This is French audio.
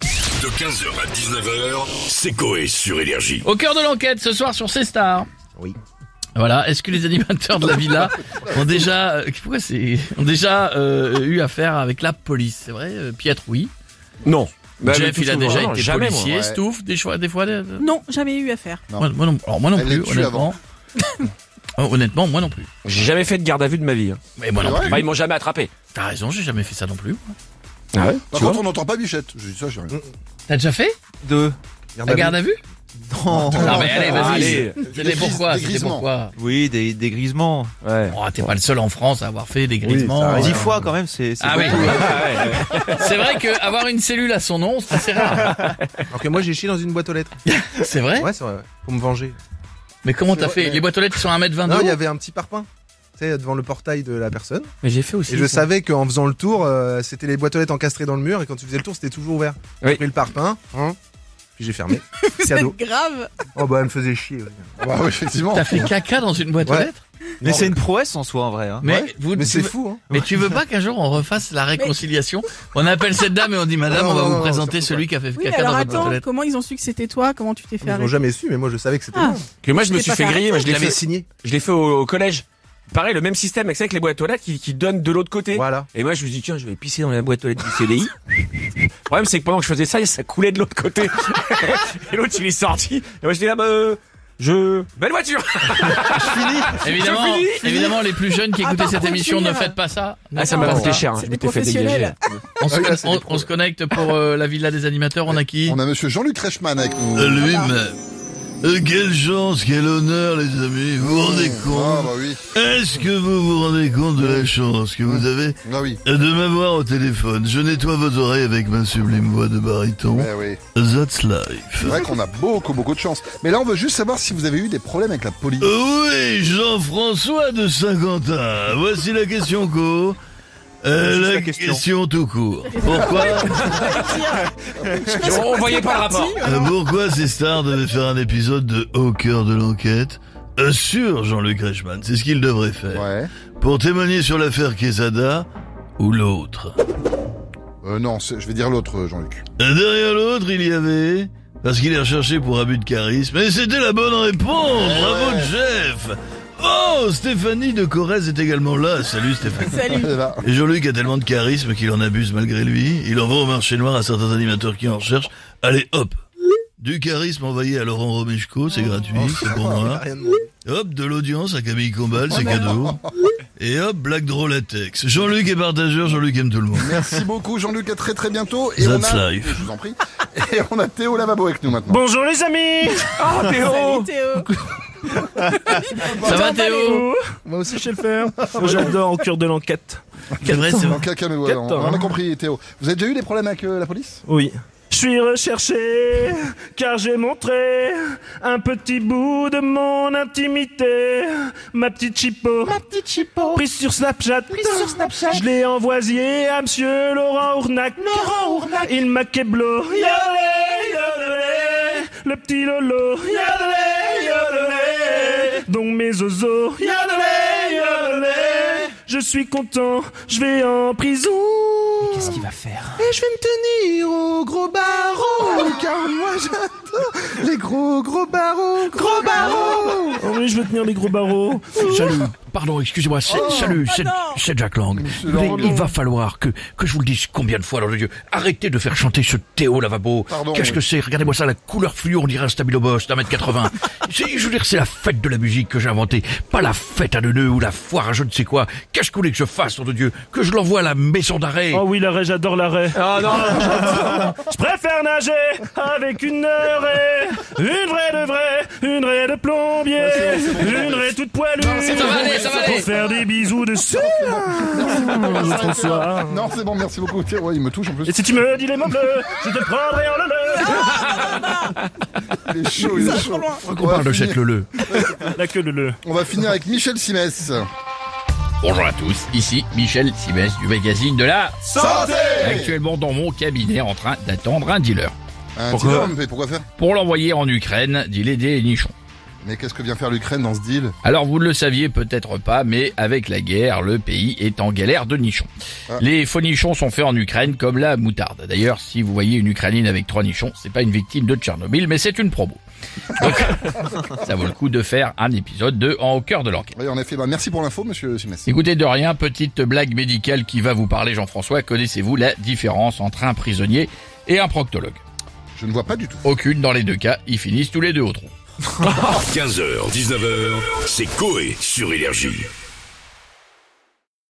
De 15h à 19h, c'est Coé sur Énergie. Au cœur de l'enquête ce soir sur ces stars. Oui. Voilà, est-ce que les animateurs de la villa ont déjà euh, pourquoi c'est ont déjà euh, eu affaire avec la police, c'est vrai euh, Pietre oui. Non. Bah, Jeff, mais il a tout déjà souvent, été jamais, policier, moi, ouais. Stouff, des fois des fois des- Non, jamais eu affaire. Non. Moi, moi non, alors moi non Elle les plus tue honnêtement. Oh, honnêtement, moi non plus. J'ai jamais fait de garde à vue de ma vie. hein. Mais moi non Ouais. plus. Enfin, ils m'ont jamais attrapé. T'as raison, j'ai jamais fait ça non plus. Ah ouais Par contre, on n'entend pas Bichette. Je dis ça, j'ai rien. Mm. T'as déjà fait Deux. La garde à vue Non. Non mais allez, Ah, vas-y. Eh, Allez. C'était pourquoi C'était dégrisement. pourquoi Oui, des, des grisements. Ouais. Oh, t'es pas le seul en France à avoir fait des grisements. euh. Dix fois quand même, c'est. c'est Ah oui. beaucoup. C'est vrai que avoir une cellule à son nom, c'est assez rare. Alors que moi j'ai chié dans une boîte aux lettres. C'est vrai Ouais, c'est vrai. ouais. Pour me venger. Mais comment t'as C'est fait vrai, mais- Les boîtes aux lettres sont à 1m22 Non, il y avait un petit parpaing. Tu sais, devant le portail de la personne. Mais j'ai fait aussi. Et je savais qu'en faisant le tour, euh, c'était les boîtes aux lettres encastrées dans le mur. Et quand tu faisais le tour, c'était toujours ouvert. Oui. J'ai pris le parpaing. hein, puis j'ai fermé. Vous Cadeau. êtes grave. Oh bah elle me faisait chier. ouais. Ah Bah oui, effectivement. T'as fait caca dans une boîte aux Ouais. lettres Mais c'est une prouesse en soi, en vrai. hein. Mais, Ouais, vous, Mais c'est tu veux- fou. Hein. mais tu veux pas qu'un jour on refasse la réconciliation On appelle cette dame et on dit Madame, Non, on va non, vous non, présenter surtout celui qui a fait Oui, mais caca alors dans votre boîte aux attends, lettres. comment ils ont su que c'était toi Comment tu t'es fait Ils l'ont arrêter jamais su, mais moi je savais que c'était. Ah. moi. Que moi, je me Je suis t'ai fait pas griller. Moi, je Je l'ai l'avais, fait signer. je l'ai fait au, au collège. Pareil, le même système avec, ça, avec les boîtes aux lettres qui, qui donnent de l'autre côté. Voilà. Et moi, je me suis dit, tiens, je vais pisser dans la boîte aux lettres du CDI. le problème, c'est que pendant que je faisais ça, ça coulait de l'autre côté. et l'autre, il est sorti. Et moi, j'étais là, bah, euh, je. Belle voiture! Évidemment, Je finis, je finis. évidemment, les plus jeunes qui Ah, écoutaient par cette contre, émission, ne finir. faites pas ça. Ah, ça Non, m'a non, coûté non. cher. hein. C'est Je des m'étais fait dégager. professionnels. On se, Ah oui, là, con- c'est on- des on pros, se connecte pour euh, la villa des animateurs. On a qui On a monsieur Jean-Luc Reichmann avec nous. Euh, Allume. Euh, quelle chance, quel honneur, les amis. Vous vous rendez Ah compte bah oui. Est-ce que vous vous rendez compte de la chance que vous avez Ah oui. de m'avoir au téléphone Je nettoie vos oreilles avec ma sublime voix de baryton. Eh oui. That's life. C'est vrai qu'on a beaucoup, beaucoup de chance. Mais là, on veut juste savoir si vous avez eu des problèmes avec la police. Euh. Oui, Jean-François de Saint-Quentin. Voici la question co. Euh, Juste la, la question. question. tout court. Pourquoi, On voyait pas le rapport. euh, pourquoi ces stars devaient faire un épisode de Au cœur de l'enquête euh, sur Jean-Luc Reichmann C'est ce qu'ils devraient faire. Ouais. pour témoigner sur l'affaire Quesada ou l'autre. Euh, non, c'est- je vais dire l'autre, euh, Jean-Luc. Et Derrière l'autre, il y avait, parce qu'il est recherché pour abus de charisme, et c'était la bonne réponse, bravo Jeff Oh, Stéphanie de Corrèze est également là, salut Stéphanie Salut. Et Ah, là, et Jean-Luc a tellement de charisme qu'il en abuse malgré lui. Il envoie au marché noir à certains animateurs qui en recherchent. Allez, hop Du charisme envoyé à Laurent Romeshko, c'est gratuit, c'est pour Oh, moi. Rien de moi. Hop, de l'audience à Camille Combal, c'est cadeau. Et hop, blague drôle à texte. Jean-Luc est partageur, Jean-Luc aime tout le monde. merci beaucoup, Jean-Luc. À très, très bientôt. Et That's on a... life. Je vous en prie. Et on a Théo Lavabo avec nous maintenant. Bonjour les amis Oh Théo Salut Théo. Ça va, Théo Moi aussi, je sais le faire. J'adore au cœur de l'enquête. C'est vrai, c'est vrai. Donc, calme-nous, alors, Quatre, on, on a hein. compris, Théo. Vous avez déjà eu des problèmes avec euh, la police Oui. Je suis recherché car j'ai montré un petit bout de mon intimité. Ma petite chipo. Ma petite chipo. Prise sur Snapchat. sur Snapchat. Je l'ai envoyé à monsieur Laurent Ournac. Laurent Ournac. Il m'a keblo. Yodelé, yodelé. Le petit Lolo. Yodelé, yodelé. Donc mes zozos. Yodelé, yodelé. Je suis content, je vais en prison. Qu'est-ce qu'il va faire Et je vais me tenir au gros barreau, car moi j'adore les gros gros barreaux, gros barreaux. Oh oui, je veux tenir les gros barreaux. Oh. Ah Salut, pardon, excusez-moi, c'est, salut, c'est, non. c'est Jack Lang. Monsieur Mais Lang. il va falloir que, que je vous le dise combien de fois, dans le Dieu. Arrêtez de faire chanter ce Théo Lavabo. Pardon, Qu'est-ce oui. que c'est Regardez-moi ça, la couleur fluo, on dirait un stabiloboss d'un mètre 80. C'est- je veux dire, c'est la fête de la musique que j'ai inventée. Pas la fête à deux nœuds ou la foire à je ne sais quoi. Qu'est-ce que vous voulez que je fasse, nom de Dieu Que je l'envoie à la maison d'arrêt Oh oui, l'arrêt, j'adore l'arrêt. Oh Ah, non Je préfère nager avec une raie. Une vraie de vraie, une raie de plombier. Une raie toute poilue. ça va aller, ça va aller. Pour faire des bisous de sucre. François. Non, c'est bon, merci beaucoup, Théo. Ouais, il me touche en plus. Et si tu me dis les mots bleus, je te prendrai en le Il est chaud, il est chaud. On va, Parle de cette finir, leleu. Ah. le. La queue le le. on va finir avec Michel Simès. Bonjour à tous, ici Michel Simès du magazine de la Santé actuellement dans mon cabinet en train d'attendre un dealer Un Pourquoi dealer, mais pourquoi faire pour l'envoyer en Ukraine, dit l'aider et nichon. Mais qu'est-ce que vient faire l'Ukraine dans ce deal Alors vous ne le saviez peut-être pas, mais avec la guerre, le pays est en galère de nichons. Les faux nichons sont faits en Ukraine comme la moutarde. D'ailleurs, si vous voyez une Ukrainienne avec trois nichons, c'est pas une victime de Tchernobyl, mais c'est une promo. Donc, ça vaut le coup de faire un épisode de En au cœur de l'enquête. Oui, en effet. Bah, merci pour l'info, monsieur Simès. Écoutez de rien, petite blague médicale qui va vous parler, Jean-François. Connaissez-vous la différence entre un prisonnier et un proctologue Je ne vois pas du tout. Aucune dans les deux cas, ils finissent tous les deux au trou. 15h, 19h, c'est Coé sur Énergie.